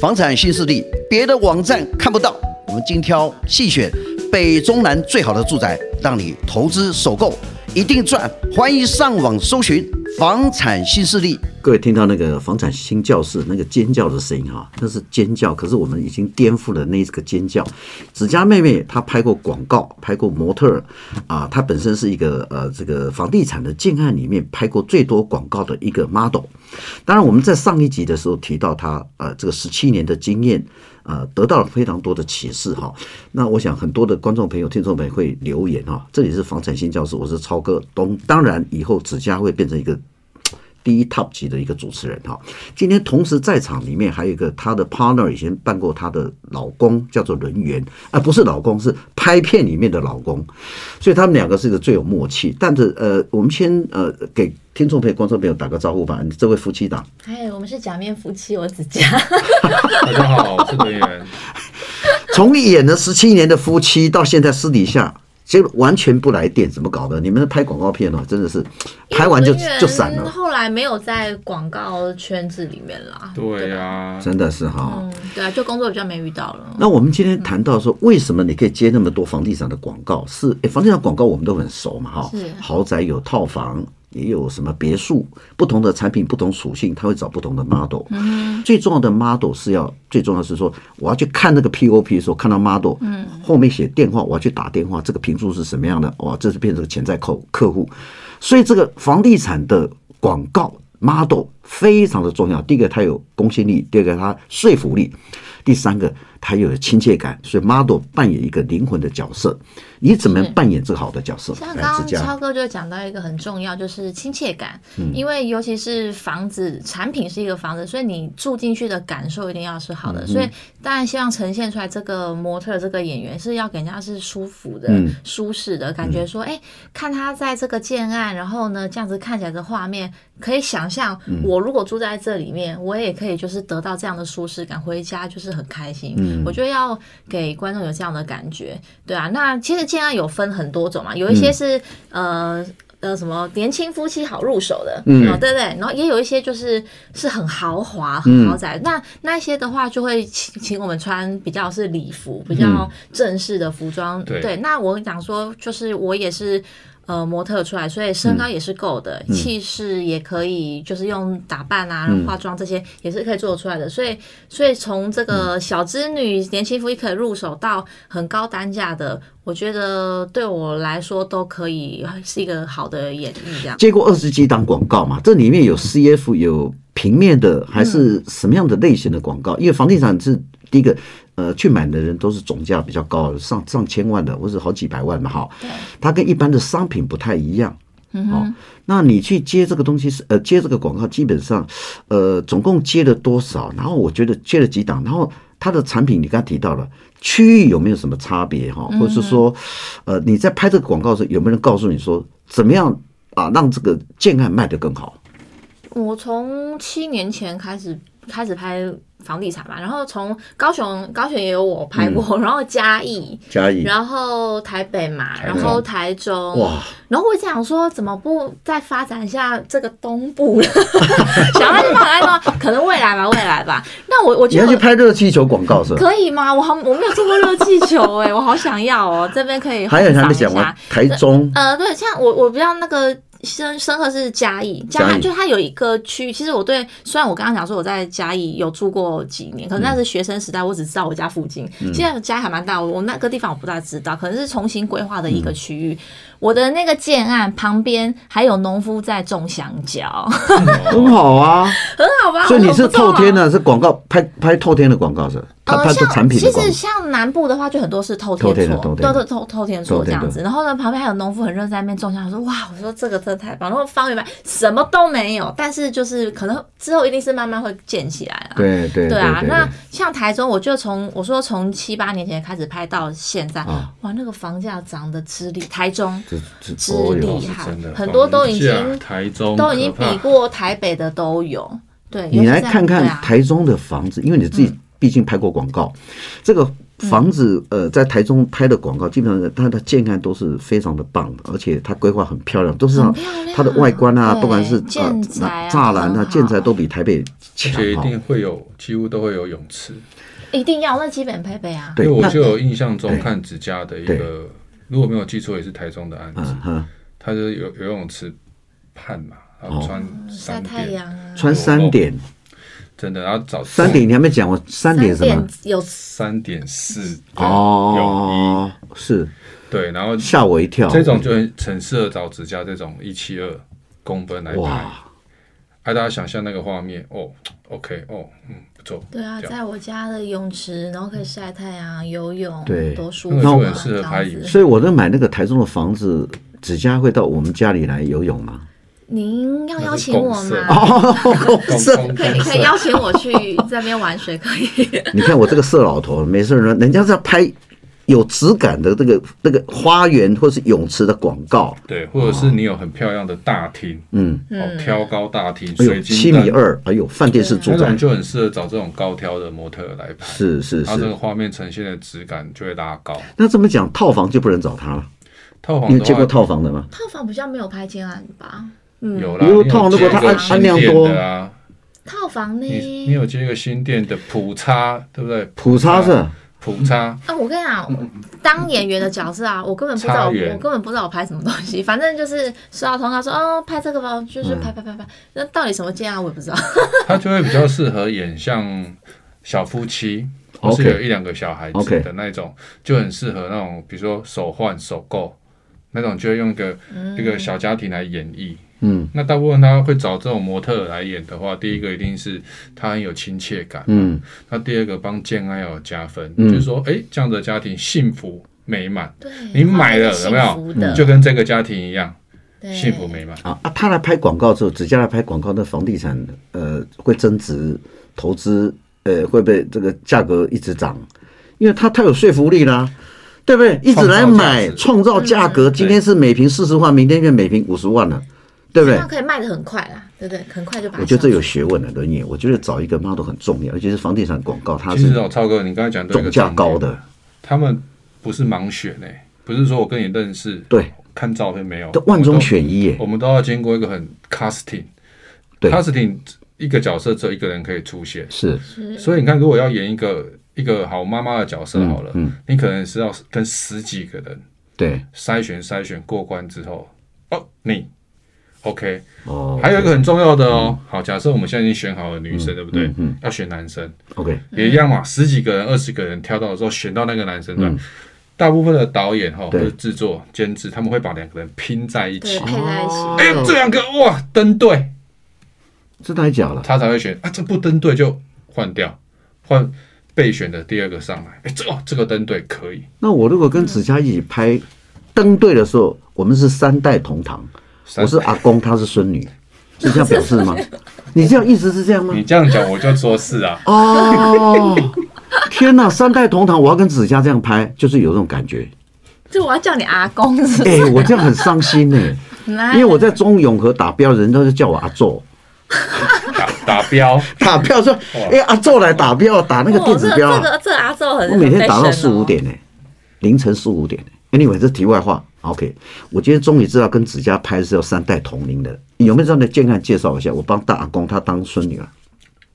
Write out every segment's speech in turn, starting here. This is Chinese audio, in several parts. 房产新势力，别的网站看不到。我们精挑细选北中南最好的住宅，让你投资首购一定赚。欢迎上网搜寻房产新势力。各位听到那个房产新教室那个尖叫的声音哈、那是尖叫，可是我们已经颠覆了那个尖叫。子佳啊妹妹她拍过广告，拍过模特儿啊，她本身是一个呃这个房地产的建案里面拍过最多广告的一个 model。当然我们在上一集的时候提到她呃这个十七年的经验。呃，得到了非常多的启示哈。那我想很多的观众朋友、听众朋友会留言哈。这里是房产新教室，我是超哥东。当然，以后子佳会变成一个第一 top 级的一个主持人哈。今天同时在场里面还有一个她的 partner，以前扮过她的老公，叫做人员啊，不是老公，是拍片里面的老公，所以他们两个是一个最有默契。但是呃，我们先呃给听众朋友、观众朋友打个招呼吧。你这位夫妻档，嗨，哎我们是假面夫妻，我子佳。 大家好，我是德源。从你演了十七年的夫妻到现在私底下。结果完全不来电，怎么搞的？你们拍广告片哦，真的是拍完就因为文就散员了。后来没有在广告圈子里面啦。对呀、真的是哈、嗯，对啊，就工作比较没遇到了。那我们今天谈到说，为什么你可以接那么多房地产的广告？是、诶房地产广告我们都很熟嘛，哈是，豪宅有套房，也有什么别墅，不同的产品、不同属性，它会找不同的 model。嗯，最重要的 model 是要最重要的是说，我要去看那个 POP 的时候，看到 model，嗯，后面写电话，我要去打电话，这个评数是什么样的？哇，这是变成个潜在客客户。所以这个房地产的广告 model 非常的重要。第一个，它有公信力；第二个，它说服力；第三个，它又有亲切感。所以 model 扮演一个灵魂的角色。你怎么是扮演这个好的角色？像来，刚志刚佳超，哥就讲到一个很重要，就是亲切感，嗯因为尤其是房子产品是一个房子，所以你住进去的感受一定要是好嗯的，所以当然希望呈现出来这个模特儿这个演员是要给人家是舒服的、嗯舒适的感觉说，哎、看他在这个建案，然后呢这样子看起来的画面，可以想象我如果住在这里面，我也可以就是得到这样的舒适感，回家就是很开心。我觉得要给观众有这样的感觉，对啊，那其实建案有分很多种嘛，有一些是、呃。呃，什么年轻夫妻好入手的，嗯，哦、对不对？然后也有一些就是是很豪华、很豪宅，那那一些的话就会请请我们穿比较是礼服、比较正式的服装。对对，那我讲说，就是我也是。呃，模特出来，所以身嗯高也是够的，气势也可以，就是用打扮啊、嗯化妆这些也是可以做得出来的。所以，所以从这嗯个小资女、年轻夫妻可以入手到很高单价的，我觉得对我来说都可以是一个好的演绎。这样，接过二十几档广告嘛，这里面有 CF 有。平面的还是嗯什么样的类型的广告？因为房地产是第一个，呃，去买的人都是总价比较高的，上上千万的，或者好几百万嘛，哈。对，它跟一般的商品不太一样。嗯哦哼，，那你去接这个东西是呃接这个广告，基本上，呃，总共接了多少？然后我觉得接了几档，然后它的产品你刚才提到了区域有没有什么差别哈，嗯或者是说，呃，你在拍这个广告的时候，有没有人告诉你说怎么样啊让这个建案卖得更好？我从七年前开始开始拍房地产嘛，然后从高雄，高雄也有我拍过，然后嘉义，嗯嘉义，然后台北嘛，台然中后台中，哇，然后我想说，怎么不再发展一下这个东部 呢？想要发展到可能未来吧，未来吧。那我我你觉要得去拍热气球广告是吧？可以吗？我好我没有做过热气球哎、我好想要哦，这边可以还有分还享没一讲下完，。台中呃，对，像我我比较那个深深刻是嘉义，嘉嘉义义就它有一个区域。其实我对，虽然我刚刚讲说我在嘉义有住过几年，可是嗯那是学生时代，我只知道我家附近。现在嘉义还蛮大，我我那个地方我不大知道，可能是重新规划的一个嗯区域。我的那个建案旁边还有农夫在种香蕉， 很好啊，很好吧？所以你很是不透错啊天的，是广告拍拍透天的广告是吧？它呃，它的像产品其的广实告。像南部的话，就很多是透透天的厝，透对天的对透透天透厝这天样的子。然后呢，旁边还有农夫很热在那边种香，我说哇，我说这个真的太棒。然后方圆百什么都没有，但是就是可能之后一定是慢慢会建起来啦。对对对啊，对那像台中，我就从我说从七八年前开始拍到现在，啊哇，那个房价涨的之厉，台中这这之哦哟厉害真的，很多都已房价经台中都已经可怕比过台北的都有。对，尤你其来在嗯看看对啊台中的房子，因为你自己毕竟拍过广告，这个房子嗯呃在台中拍的广告，基本上它的建案都是非常的棒的，而且它规划很漂亮，都是很让漂亮它的外观啊，对不管是呃建材啊那栅栏很啊好、建材都比台北而强哦且一哈。定会有，几乎都会有泳池。一定要那基本配备啊。对因为我那就有印象中对看指甲的一对个，如果没有记错，也是台中的案子嗯，哼，它就是有游泳池畔嘛，然后穿晒三太点，阳啊，穿三点，真的，然后早三点你还没讲，我三点什么？有三点四泳衣，哦，是对，然后吓我一跳。这种就很很适合找指甲这种一七二公分来拍哇，，哎、大家想象那个画面哦，OK，哦，嗯，不错，对啊，这样在我家的泳池，然后可以晒太阳、游泳，对多舒那个服啊！就很适合这样拍子影片所以我在买那个台中的房子，子佳会到我们家里来游泳吗？您要那是邀请我公社吗？公公可以，公可以社邀请我去这边玩水，可 以。你看我这个色老头，没事人人家是要拍有质感的这个那个花园或是泳池的广告，对，或者是你有很漂亮的大厅，嗯，哦，挑高大厅，哎呦水七晶灯米，二，哎呦饭店式住那宅种，就很适合找这种高挑的模特儿来拍，是是嗯它这是个。画面呈现的质感就会拉高。那这么讲，套房就不能找他了，套你房啊有的接过话套房的吗？套房比较没有拍建案吧？有啦，因为你有套房如果接它过按新按量店多的啊，套房呢？你你有接一个新店的普差，对不对？普差是吧普差，啊，我跟你讲，我当演员的角色啊，我根本不知道，嗯差我远根本不知道我拍什么东西。反正就是收到通告说，哦，拍这个吧，嗯就是拍拍拍拍。那到底什么建案，我也不知道。它就会比较适合演像小夫妻，或是 OK 有一两个小孩子 OK 的那种，就很适合那种，比如说手换手购那种，就会用一个嗯一个小家庭来演绎。嗯，那大部分他会找这种模特儿来演的话，第一个一定是他很有亲切感，嗯，那第二个帮建安要有加分，嗯就是说，哎，这样的家庭幸福美满。对，你买了有没幸福的有？就跟这个家庭一样，对幸福美满。啊啊，他来拍广告之后，子佳来拍广告，那房地产呃会增值，投资呃会被这个价格一直涨，因为他太有说服力啦，对不对？一直来买，创造价格，今天是每平四十万，明天就每平五十万了，对不这对样？可以卖的很快啦，对不对？很快就把它我觉得这有销学问的轮椅，我觉得找一个 model 很重要，尤其是房地产广告，它其实是哦，超哥，你刚才讲对一总个价重点高啊的，，他们不是盲选诶、不是说我跟你认识，对，看照片没有这，万中我选一们耶都，我哦们都要经过一个很 casting，对 casting 一个角色只有一个人可以出现，是所以你看，如果要演一个一个好妈妈的角色好了，嗯你可能是要跟十几个人对筛选筛选过关之后，哦，你 OK，哦，嗯还有一个很重要的哦，好，假设我们现在已经选好了女生，对不对？要选男生 OK 也一样嘛，十几个人、二十个人挑到的时候，选到那个男生对吧。大部分的导演哈或嗯对者制作、监制，他们会把两个人拼在一对起，配在一起。哦哎，这两个哇登对，这太假了，他才会选啊，这不登对就换掉，换备选的第二个上来，哎，这哦这个登对可以，那我如果跟子佳一起拍登对的时候，我们是三代同堂，三我是阿公，他是孙女，是这样表示 吗？你这样一直是这样吗你？这样讲我就说是啊，哦，天哪，三代同堂，我要跟子佳这样拍，就是有这种感觉。就我要叫你阿公是不哎、是？我这样很伤心呢、哎哎因为我在中永和打标，人都是叫我阿宙。打打标，打标说，哎、阿宙来打标，打那个电子标、哦啊这这个这个阿宙很，我每天打到很 fashion 四五哦点呢、凌晨四五点、欸。Anyway，这题外话。OK，我今天终于知道跟子佳拍是要三代同龄的，有没有这样的健康介绍一下？我帮大阿公他当孙女儿。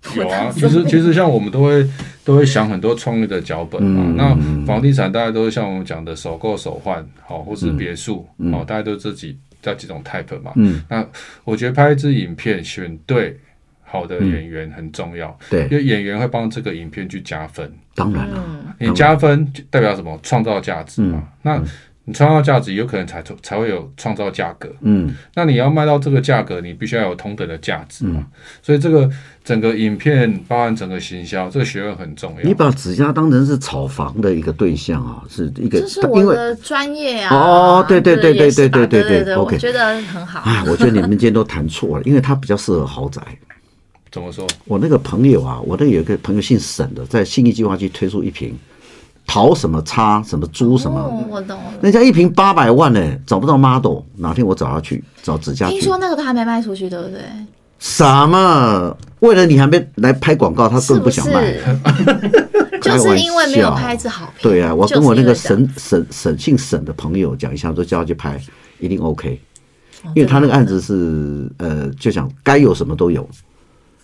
有啊，其实其实像我们都会都会想很多创业的脚本嘛。嗯那房地产大家都是像我们讲的首购首换，好、或是别墅，好、大家都这几这几种 type 嘛。嗯，那我觉得拍一支影片选对好的演员很重要，因嗯对，为演员会帮这个影片去加分。当然了、嗯你加分就代表什么？创造价值嘛。嗯那你创造价值，有可能才才会有创造价格。嗯，那你要卖到这个价格，你必须要有同等的价值嘛。嗯所以这个整个影片，包含整个行销，这个学问很重要。你把子佳当成是炒房的一个对象啊，是一个这是，因我为的专业啊！哦对对对对也是吧对对对对对， OK 我觉得很好。哎，我觉得你们今天都谈错了，因为他比较适合豪宅。怎么说？我那个朋友啊，我那有一个朋友姓沈的，在信义计划区推出一瓶桃什么叉什么猪什么，哦，我懂了。人家一瓶八百万呢、找不到 model，哪天我找他去找指甲听去？说那个都还没卖出去，对不对？什么？为了你还没来拍广告，他根是本不想是卖。？ 就是因为没有拍子好片。对啊，我就是跟我那因为个这样省省省姓省的朋友讲一下，都叫他去拍，一定 OK，哦因为他那对个案子是呃，就想该有什么都有，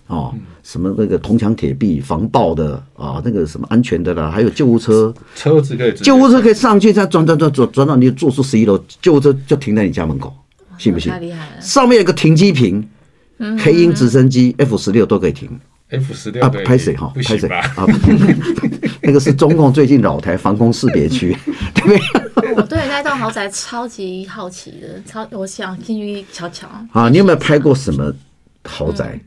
哦，什么那个铜墙铁壁、防爆的啊，那个什么安全的啦，还有救护车，车子可以直接救护车可以上去，再转转转转转到你住宿十一楼，救护车就停在你家门口，信不信太？厉害了，上面有个停机坪，嗯黑鹰直升机 F 十六都可以停。 F 十六啊，可以拍谁哈？不拍谁行吧？啊？ 那个是中共最近老台防空识别区，对不对？我对那栋豪宅超级好奇的，超我想进去瞧瞧。 啊，你有没有拍过什么豪宅？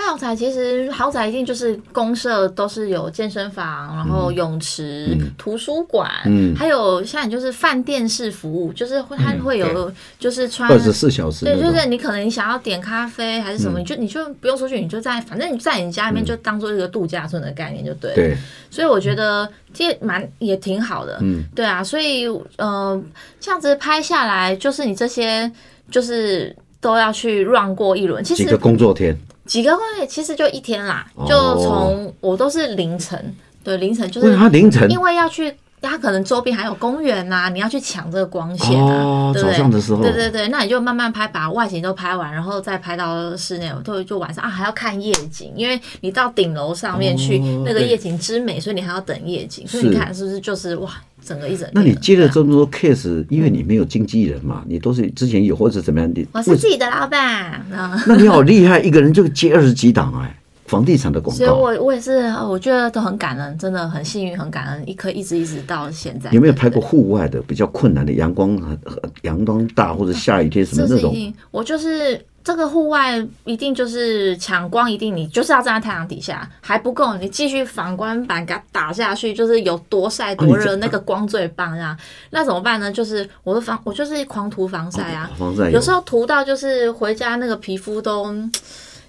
豪宅其实豪宅一定就是公社都是有健身房，然嗯后泳池、图书馆，还有像你就是饭店式服务，就是会它会有就是穿嗯二十四小时那嗯对，种？嗯就是你可能你想要点咖啡还是什么，你就你就不用出去，你就在反正你在你家里面就当做一个度假村的概念就对了。对，所以我觉得这蛮也挺好的，嗯，对啊，所以呃，这样子拍下来，就是你这些就是都要去 run 过一轮，其几个实工作天，几个会其实就一天啦，哦就从我都是凌晨，对，凌晨就为是什么凌晨因为要去。它可能周边还有公园呐、你要去抢这个光线啊，哦对不对？早上的时候对对对，那你就慢慢拍，把外景都拍完，然后再拍到室内，就就晚上啊还要看夜景，因为你到顶楼上面去，哦那个对夜景之美，所以你还要等夜景，所以是你看是不是就是哇，整个一整天。啊那你接了这么多 case，因为你没有经纪人嘛，你都是之前有或者怎么样？你我是自己的老板，嗯，那你好厉害，一个人就接二十几档哎，房地产的广所以告。我我也是，呃我觉得都很感恩，真的很幸运，很感恩，一颗一直一直到现在。有没有拍过户外的比较困难的阳光很很阳光大或者下雨天什么那这是一种？定，我就是这个户外一定就是抢光，一定你就是要站在太阳底下，还不够，你继续反光板给它打下去，就是有多晒哦你多这热，那个光最棒啊！那怎么办呢？就是我的防，我就是狂涂防晒啊，防晒有时候涂到就是回家那个皮肤都嗯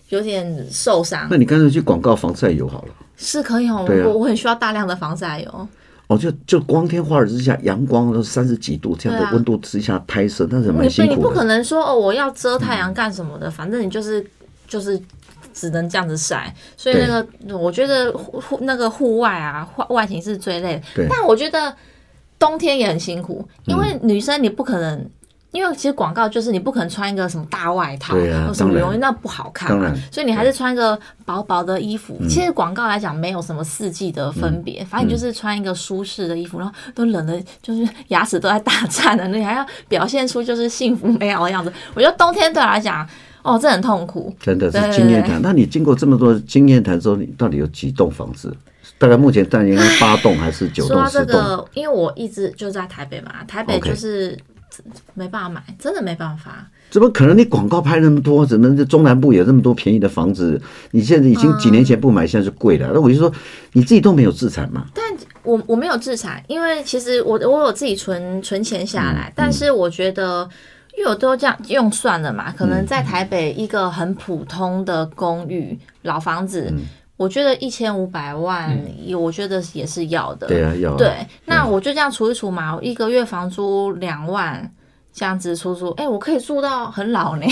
有点受伤那，你干脆去广告防晒油好了。是可以哦，对啊我我很需要大量的防晒油。哦，就就光天化日之下，阳光都三十几度这样对的啊温度之下拍摄，那是你蛮不辛你不苦可的。能说哦，我要遮太阳干什么的，反正你就是就是只能这样子晒。所以对那个我觉得户户那个户外啊，外外形是最累对的。但我觉得冬天也很辛苦，因为嗯女生你不可能。因为其实广告就是你不可能穿一个什么大外套，对啊或什么当然东西，那不好看当嘛然。所以你还是穿一个薄薄的衣服。其实广告来讲没有什么四季的分别，反正你就是穿一个舒适的衣服，然后都冷的，就是牙齿都在打颤了，你还要表现出就是幸福美好的样子。我觉得冬天对我来讲，哦，这很痛苦。真的对是对经验谈。那你经过这么多经验谈之后，你到底有几栋房子？大概目前大概应该八栋还是九说栋、到这十栋？个，因为我一直就在台北嘛，台北 OK 就是没办法买，真的没办法。怎么可能？你广告拍那么多，怎么这中南部有这么多便宜的房子？你现在已经嗯几年前不买，现在是贵了。那我就说，你自己都没有自产嘛？我我没有自产，因为其实我我有自己存存钱下嗯来，但是我觉得。因为我都这样用算了嘛，可嗯能在台北一个很普通的公寓、老房子，嗯我觉得一千五百万，也我觉得也是要的。对啊，要啊对，那我就这样除一除嘛，我一个月房租两万，这样子出租，哎、我可以住到很老呢。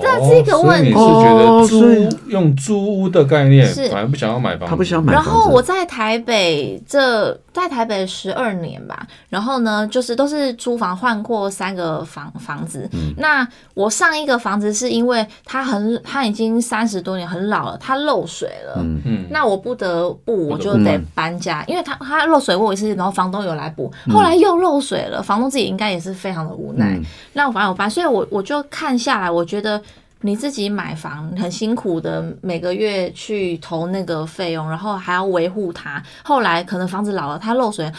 这是一个问题你哦是觉所以得租用租屋的概念，是反而不想要买房子，他不想买然房子。后我在台北这在台北十二年吧，然后呢，就是都是租房换过三个房房子。那我上一个房子是因为它很它已经三十多年很老了，它漏水了。嗯那我不得不我不就得搬家，因为它它漏水过一次，然后房东有来补，后来又漏水了，房东自己应该也是非常的无奈。那我反正我搬，所以我我就看下来，我觉得你自己买房很辛苦的，每个月去投那个费用，然后还要维护它。后来可能房子老了，它漏水，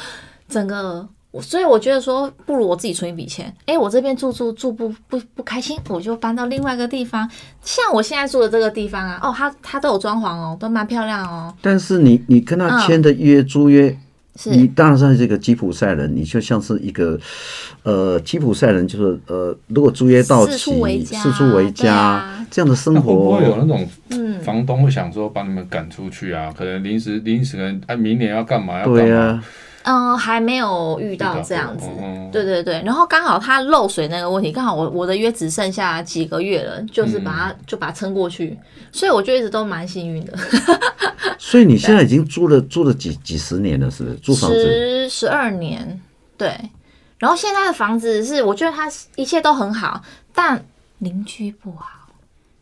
整个。我所以我觉得说，不如我自己存一笔钱。哎、我这边住住住不不不开心，我就搬到另外一个地方。像我现在住的这个地方啊，哦，它它都有装潢哦，都蛮漂亮哦。但是你你跟嗯他签的约、租约，是你当然算是一个吉普赛人，你就像是一个呃吉普赛人，就是呃，如果租约到期，四处为家四处为对家、啊这样的生那会不活会，有那种嗯房啊东会想说把你们赶出去啊？可能临时临时可能哎，明年要干嘛要干对嘛？啊，嗯，还没有遇到这样子遇到过哦，对对对。然后刚好它漏水那个问题，刚好我我的约只剩下几个月了，就是把嗯它、就把它撑过去，所以我就一直都蛮幸运的，所以你现在已经租了租了几几十年了，是不是？租房子十十二年，对。然后现在的房子是，我觉得它是一切都很好，但邻居不好，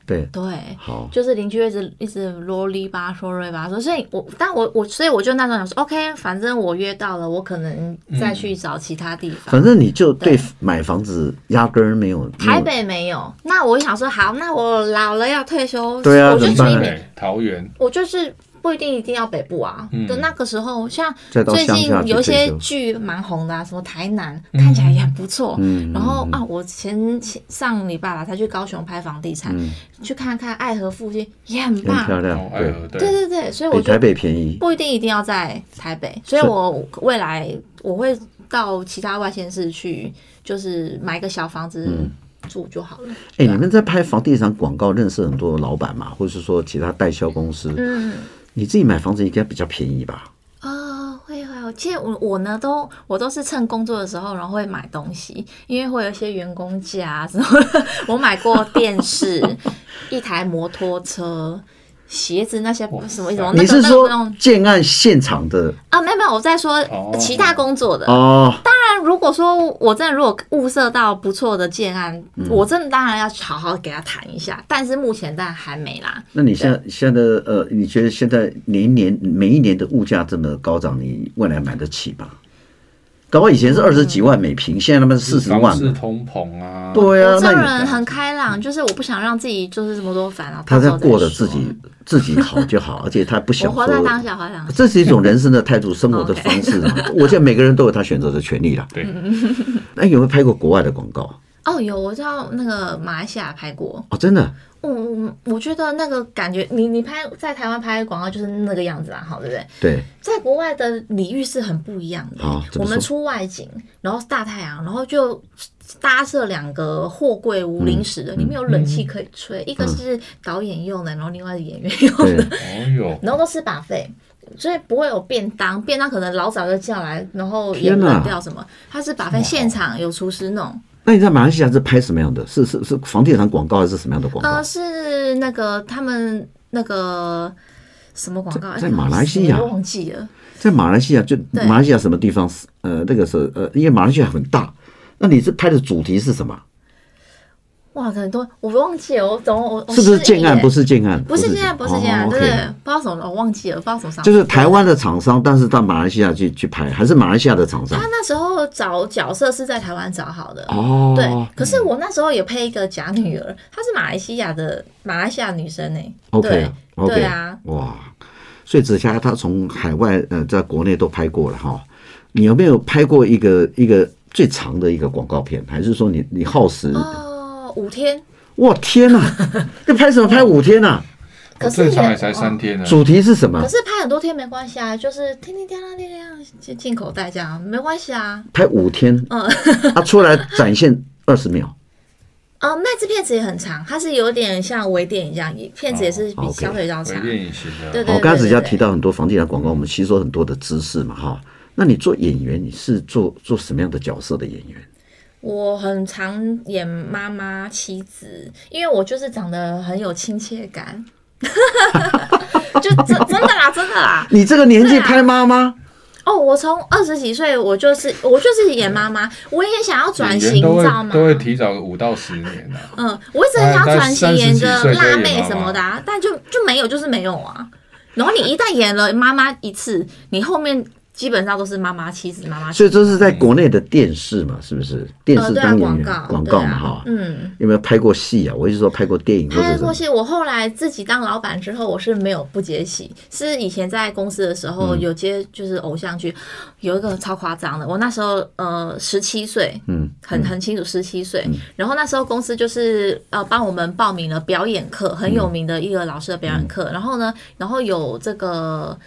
对，对，好，就是邻居一直一直啰里吧嗦、瑞吧嗦，所以我，但我我，所以我就那时候想说，OK，反正我约到了，我可能嗯再去找其他地方。反正你就对对买房子压根儿没有没有台北没有，那我想说，好，那我老了要退休，对啊我就怎么去办一呢年，对，桃园我就是不一定一定要北部啊。的那个时候，像嗯再到最乡近下去有一退些休剧蛮红的啊，什么台南，看起来也很不错。嗯然后啊，我前前上礼拜吧，才去高雄拍房地产，去看看爱河附近也很嗯很漂棒。亮哦，，爱对，河对对，对对，所以我比就台北便宜。不一定一定要在台北，所以是我未来我会到其他外县市去，就是买一个小房子嗯住就好了。哎，你们在拍房地产广告，认识很多老板嘛，或者是说其他代销公司，嗯你自己买房子应该比较便宜吧？哦，会会，我其实我我呢都我都是趁工作的时候，然后会买东西，因为会有一些员工价啊什么的。 我买过电视、一台摩托车、鞋子那些什么什哦么，那你个是那个不说用建案现场的啊？没有没有，我在说哦其他工作的。哦？当然，如果说我真的如果物色到不错的建案，嗯我真的当然要好好给他谈一下。但是目前当然还没啦。那你现在现在的呃，你觉得现在每一年每一年的物价这么高涨，你未来买得起吗？搞不好以嗯前是二十几万每平，现在他妈嗯四十房万市了。通膨啊，对啊我，这那个你人很开朗，就是我不想让自己就是这么多烦恼。他在到时候再过得说自己自己好就 好，而且他不想我活在当说。下，活在当下。这是一种人生的态度，生活 的方式嘛。我觉得每个人都有他选择的权利啦。对，嗯那有没有拍过国外的广告？哦，有，我知道那个马来西亚拍过，哦，真的，嗯，我觉得那个感觉，你你拍在台湾拍广告就是那个样子啦，好，对不对？对，在国外的领域是很不一样的。好怎我么们说出外景，然后大太阳，然后就搭设两个货柜嗯无零食的，里面有冷气可以吹，一个是导演用的，然后另外是演员用对 的，哦哟，然后都是把费。所以不会有便当，便当可能老早就叫来，然后也天哪冷掉什么。它是把费现场有厨师弄，那你在马来西亚是拍什么样的？是是是房地产广告还是什么样的广告呃，？是那个他们那个什么广告？哎在在马来西亚我忘记了。在马来西亚，就对马来西亚什么地方是？呃，那个是呃，因为马来西亚很大，那你是拍的主题是什么？哇，很多我忘记了，我怎么我我是不是失忆建案？耶不是建案，不是现在，不是现在，哦对 OK 对，不知道什么，我忘记了，不知道什么商。就是台湾的厂商，但是到马来西亚去去拍，还是马来西亚的厂商他。那时候找角色是在台湾找好的。哦，对，可是我那时候也配一个假女儿，她是马来西亚的马来西亚女生呢、对，OK，对 OK，啊，哇，所以子霞她从海外呃，在国内都拍过了哈。你有没有拍过一个一个最长的一个广告片？还是说你你耗时？哦，五天，哇天 哪、这拍什么拍五天呐、啊可是最长也哦也哦才三天嗯呢，主题是什么可？是拍很多天没关系啊，就是叮叮叮当叮当进进口袋这样没关系啊。拍五天， 嗯，他出来展现二十秒，哦，那支片子也很长，它是有点像微电影这样，也片子也是哦比，OK 相对较长微。电影型对的，对好，刚才只要提到很多房地产广告，我们吸收很多的知识嘛，哈。那你做演员，你是做做什么样的角色的演员？我很常演妈妈、妻子，因为我就是长得很有亲切感， 就真真的啦，真的啦。 你这个年纪拍妈妈，哦，我从二十几岁，我就是我就是演妈妈，我也想要转型，演你员都知会道吗？都会提早个五到十年啊。嗯，我一直哎很想转型演个辣妹什么的、大啊，但就就没有，就是没有啊。然后你一旦演了妈妈一次，你后面基本上都是妈妈、妻子、妈 妈。所以这是在国内的电视嘛，是不是？电呃，视对啊，当演广员告，广对告啊嘛，哈。嗯，有没有拍过戏啊？我一直说拍过电影或拍者什过么。戏。哎我后来自己当老板之后，我是没有不接戏，是以前在公司的时候嗯有接就是偶像剧，有一个超夸张的，我那时候呃十七岁，嗯，很很清楚，十七岁。然后那时候公司就是呃帮我们报名了表演课，很嗯有名的一个老师的表演课。然后呢，然后有这个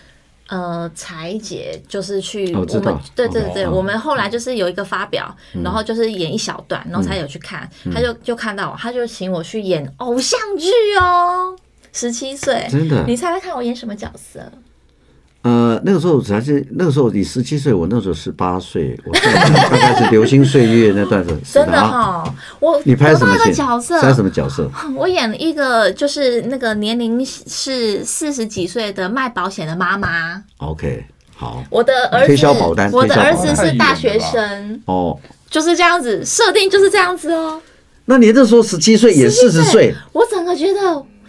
呃柴姐，就是去哦我知们道对对对，哦嗯我们后来就是有一个发表，然后就是演一小段，然后才有去看，他就就看到我，他就请我去演偶像剧哦，十七岁，真的你猜猜看我演什么角色？呃，那个时候才是那个时候，你十七岁，我那时候十八岁，我 大概是流星岁月那段子。真的啊哈、我你拍得什到么一个戏？角色，拍什么角色？我演一个就是那个年龄是四十几岁的卖保险的妈妈， OK，好我的儿推子销保单，我的推销儿保单子是大学生，哦，就是这样子设定就是这样子哦。那你那时候十七岁演四十17岁，，我整个觉得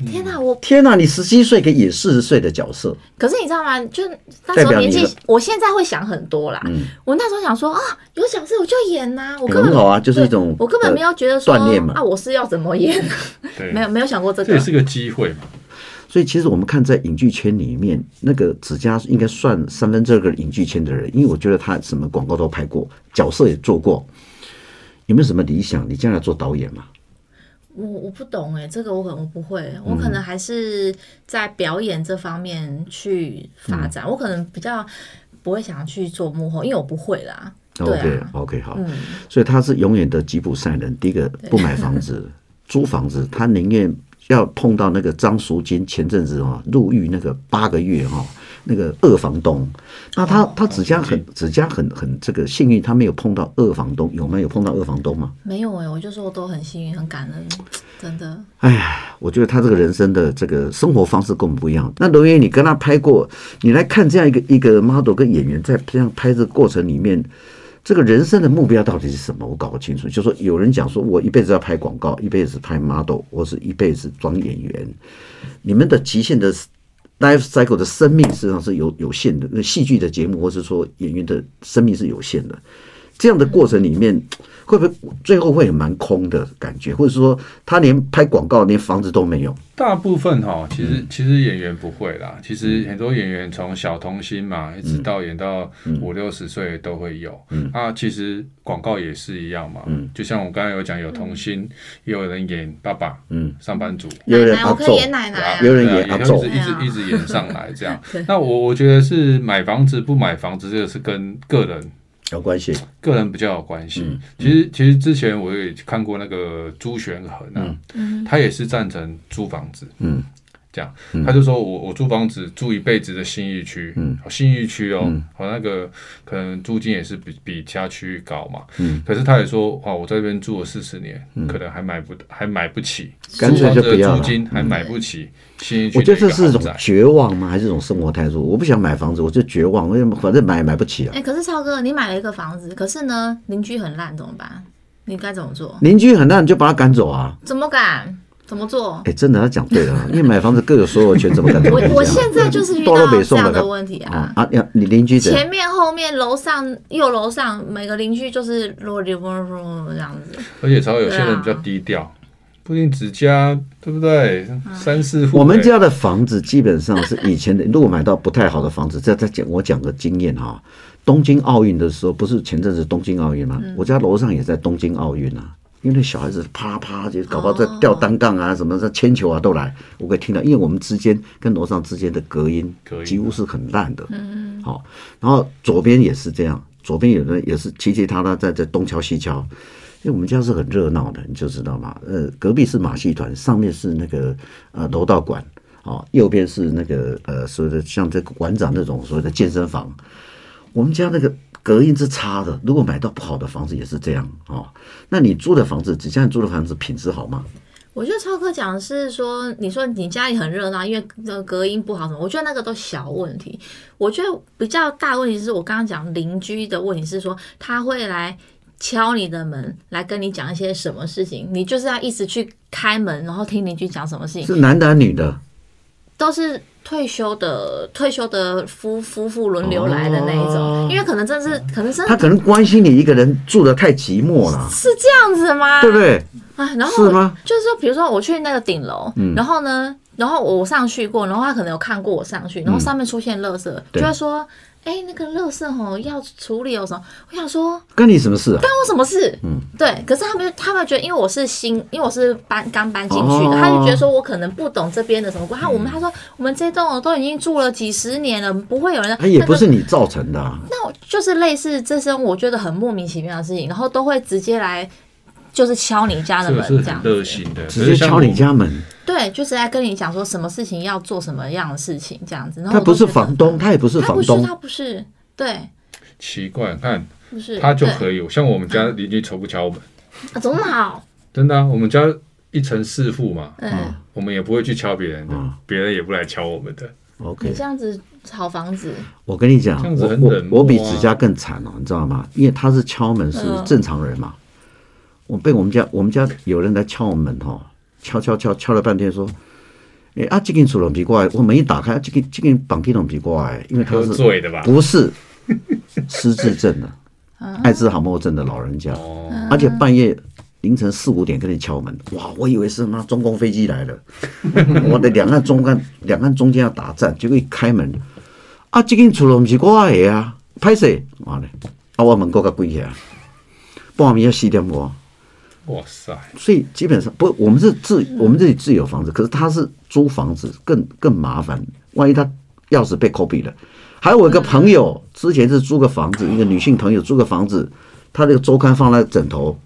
嗯天哪、我天哪！你十七岁可以演四十岁的角色，可是你知道吗？就那时代候表你年的嗯纪，我现在会想很多啦。我那时候想说啊，有角色我就演呐、我根本很好啊，就是一种我根本没有觉得说呃锻炼嘛啊，我是要怎么演，对，没有没有想过这这个也。是个机会嘛。所以其实我们看在影剧圈里面，那个子佳应该算三分之二个影剧圈的人，因为我觉得他什么广告都拍过，角色也做过。有没有什么理想？你将来做导演嘛？我我不懂哎、这个我可能不会，嗯我可能还是在表演这方面去发嗯展，我可能比较不会想要去做幕后，因为我不会啦。对 OK 啊， OK 哦好，嗯所以他是永远的吉普赛人。第一个不买房 子，租房子，他宁愿要碰到那个张淑金前阵子啊入狱那个八个月哈、那个二房东。那他哦他子佳很子佳很很这个幸运，他没有碰到二房东，有吗？有碰到二房东吗？没有哎、我就说我都很幸运，很感恩，真的。哎呀，我觉得他这个人生的这个生活方式跟我们不一样。那罗源，你跟他拍过，你来看这样一个一个 model 跟演员在这样拍这个过程里面，这个人生的目标到底是什么？我搞不清楚。就说有人讲说，我一辈子要拍广告，一辈子拍 model，我是一辈子装演员。你们的极限的 life cycle 的生命实际上是有有限的。那戏剧的节目，或是说演员的生命是有限的。这样的过程里面，会不会最后会很蛮空的感觉，或者说他连拍广告连房子都没有？大部分哈，其实其实演员不会啦。其实很多演员从小童星嘛，一直到演到五六十岁都会有。啊，其实广告也是一样嘛。就像我刚刚有讲，有童嗯星，也有人演爸爸，嗯，上班族，有人奶奶，阿我可昼以演奶奶啊有人对演啊阿也会昼一直对啊一直一直演上来 这样。那我我觉得是买房子不买房子，这个是跟个人有关系，个人比较有关系。嗯其实其实之前我也看过那个朱玄恒啊，他也是赞成租房子，嗯，这样他就说我我租房子租一辈子的新义区，嗯，新义区哦，嗯好那个可能租金也是比比其他区域高嘛，嗯，可是他也说哇，我在这边住了四十年，可能还买不还买不起，嗯干脆就不要租房子的了嗯租金还买不起新义区我的觉一得这个是一豪种宅。绝望吗？还是一种生活态度？我不想买房子，我就绝望，因为反正买也买不起啊哎、。可是超哥，你买了一个房子，可是呢邻居很烂，怎么办？你该怎么做？邻居很烂，你就把他赶走啊！怎么敢？怎么做？哎，真的，他讲对了啊，因为买房子各有所有权，怎么啊敢走我人家？我现在就是遇多到了北这宋样了的问题啊啊。啊！你你邻居怎样前面、后面、楼上、右楼上，每个邻居就是啰里啰嗦这样子。而且稍微有些对人啊比较低调，不一定只家，对不对？嗯三四户、我们家的房子基本上是以前的，如果买到不太好的房子，再再讲我讲个经验哈、东京奥运的时候，不是前阵子东京奥运吗？我家楼上也在东京奥运啊，因为那小孩子啪啪就搞不好在吊单杠啊、什么在铅球啊都来，我可以听到，因为我们之间跟楼上之间的隔音隔音啊几乎是很烂的。嗯，好、然后左边也是这样，左边有人也是踢踢踏踏在在东敲西敲。因为我们家是很热闹的，你就知道嘛。呃，隔壁是马戏团，上面是那个呃柔道馆，哦，右边是那个呃所谓的像这个馆长那种所谓的健身房。我们家那个隔音是差的，如果买到不好的房子也是这样哦。那你租的房子，只像你租的房子品质好吗？我觉得超哥讲的是说，你说你家里很热闹，因为那个隔音不好什么，我觉得那个都小问题。我觉得比较大问题是我刚刚讲邻居的问题是说，他会来敲你的门，来跟你讲一些什么事情，你就是要一直去开门，然后听邻居讲什么事情。是男的还是女的？都是退休的退休的夫夫妇轮流来的那一种，哦因为可能真是可能真他可能关心你一个人住的太寂寞了，是这样子吗？对不对？啊，然是后吗嗯就是说，比如说我去那个顶楼，然后呢，然后我上去过，然后他可能有看过我上去，然后上面出现垃圾，嗯对就会说。哎、那个垃圾哦，要处理哦什么？我想说，关你什么事啊？关我什么事？嗯，对。可是他们就他们觉得，因为我是新，因为我是搬刚搬进去哦的，嗯他就觉得说我可能不懂这边的什么规。他我们他说我们这栋都已经住了几十年了，不会有人。他啊也那不个是你造成的、啊，那我就是类似这些我觉得很莫名其妙的事情，然后都会直接来就是敲你家的这门个是这样很热子。心的，直接敲你家门，对，就是在跟你讲说什么事情要做什么样的事情这样子。然后他哦我都不是觉得房东，，他也不是他房不是，东，他不是，对，可是像我奇怪，看不是，他就对可以，像我们家邻居从不敲门，啊怎么哦好？真的啊，我们家一层四户嘛，嗯，我们也不会去敲别人的嗯，别人也不来敲我们的， OK 你这。样子炒房子，我跟你讲这样，子我很我冷漠啊我比子佳更惨哦，你知道吗？因为他是敲门是嗯正常人嘛，我被我们家我们家有人来敲我们门哦，敲敲敲敲了半天说，哎、啊，这个出龙皮怪，我门一打开，这个这个绑皮龙皮怪，因为他喝是醉的吧？不是失智症的，艾滋海默症的老人家，嗯哦，而且半夜凌晨四五点跟你敲门，哇，我以为是那中共飞机来了， 我的两岸中间两岸中间要打战，结果一开门，啊，这间厝了不是我的啊，拍谁？完了，啊，我门口给关起来，半夜四点外。哇塞，所以基本上不，我们是自我们自己自有房子，可是他是租房子更更麻烦，万一他钥匙被 copy 了。还有我一个朋友之前是租个房子，一个女性朋友租个房子，她那个周刊放在枕头，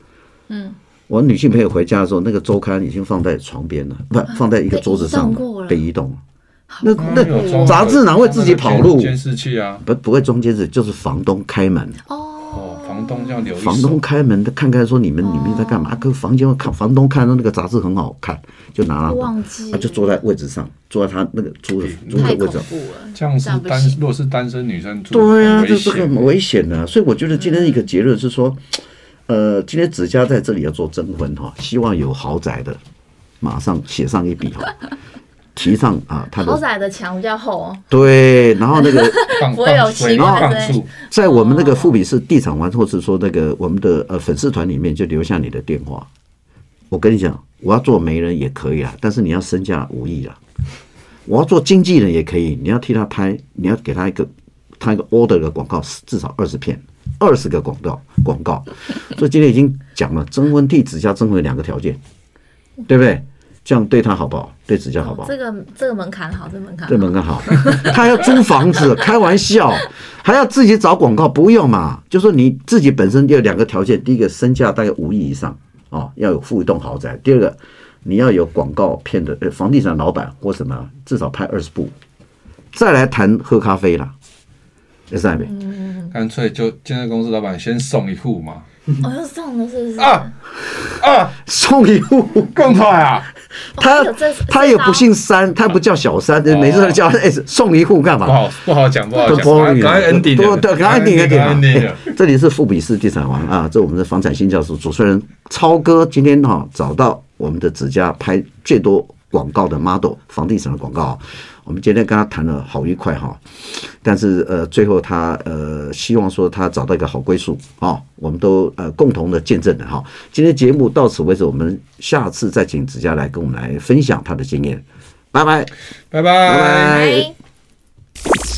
嗯，我女性朋友回家的时候，那个周刊已经放在床边了，不放在一个桌子上被移动过啊被了移动了。那那有那装杂志哪会自己跑路？监视器啊，不不会中间是就是房东开门，哦哦，房东这样留一手房东开门的看看说你们你们在干嘛？可是房间看房东看到那个杂志很好看，就拿了，啊忘记他就坐在位置上，坐在他那个租的租的太位恐置。怖了，这样是样不单，行如果是单身女生住，对啊，很这危是险很危险的、所以我觉得今天一个结论是说，呃，今天子佳在这里要做征婚哈，希望有豪宅的，马上写上一笔哈，提上啊他豪的宅的墙比较厚哦，对，然后那个放不会有放水奇怪放之类醋，在我们那个富比士地产完，或是说那个我们的呃粉丝团里面，就留下你的电话。我跟你讲，我要做媒人也可以啦，啊但是你要身价五亿啦。我要做经纪人也可以，你要替他拍，你要给他一个他一个 order 的广告，至少二十片，二十个广告广告。所以今天已经讲了，征婚替子佳征婚有两个条件，对不对？这样对他好不好？对子佳好不好？这个这个门槛好，这个门槛好对门更好， 他要租房子，开玩笑，还要自己找广告，不用嘛？就说你自己本身就有两个条件，第一个身价大概五亿以上哦，要有付一栋豪宅；第二个，你要有广告片的呃房地产老板或什么，至少拍二十部，再来谈喝咖啡啦，也是还没。嗯干脆就建设公司老板先送一户嘛，哦，又送了是不是？啊啊，送礼物，更快啊，他哦有这他也不姓三，他不叫小三，就每次都叫哎送礼物干嘛不？好不好讲，不好都哦讲，播赶快 ending 对了，对，赶赶快快 ending ending 了赶快 ending 了了。这里是富比士地产王啊，这我们的房产新教授主持人超哥，今天哈、找到我们的子佳拍最多广告的 model，房地产的广告啊。我们今天跟他谈了好愉快哈、但是呃，最后他呃希望说他找到一个好归宿啊、我们都呃共同的见证了哈、今天节目到此为止，我们下次再请子佳来跟我们来分享他的经验。拜拜，拜拜拜。拜。哎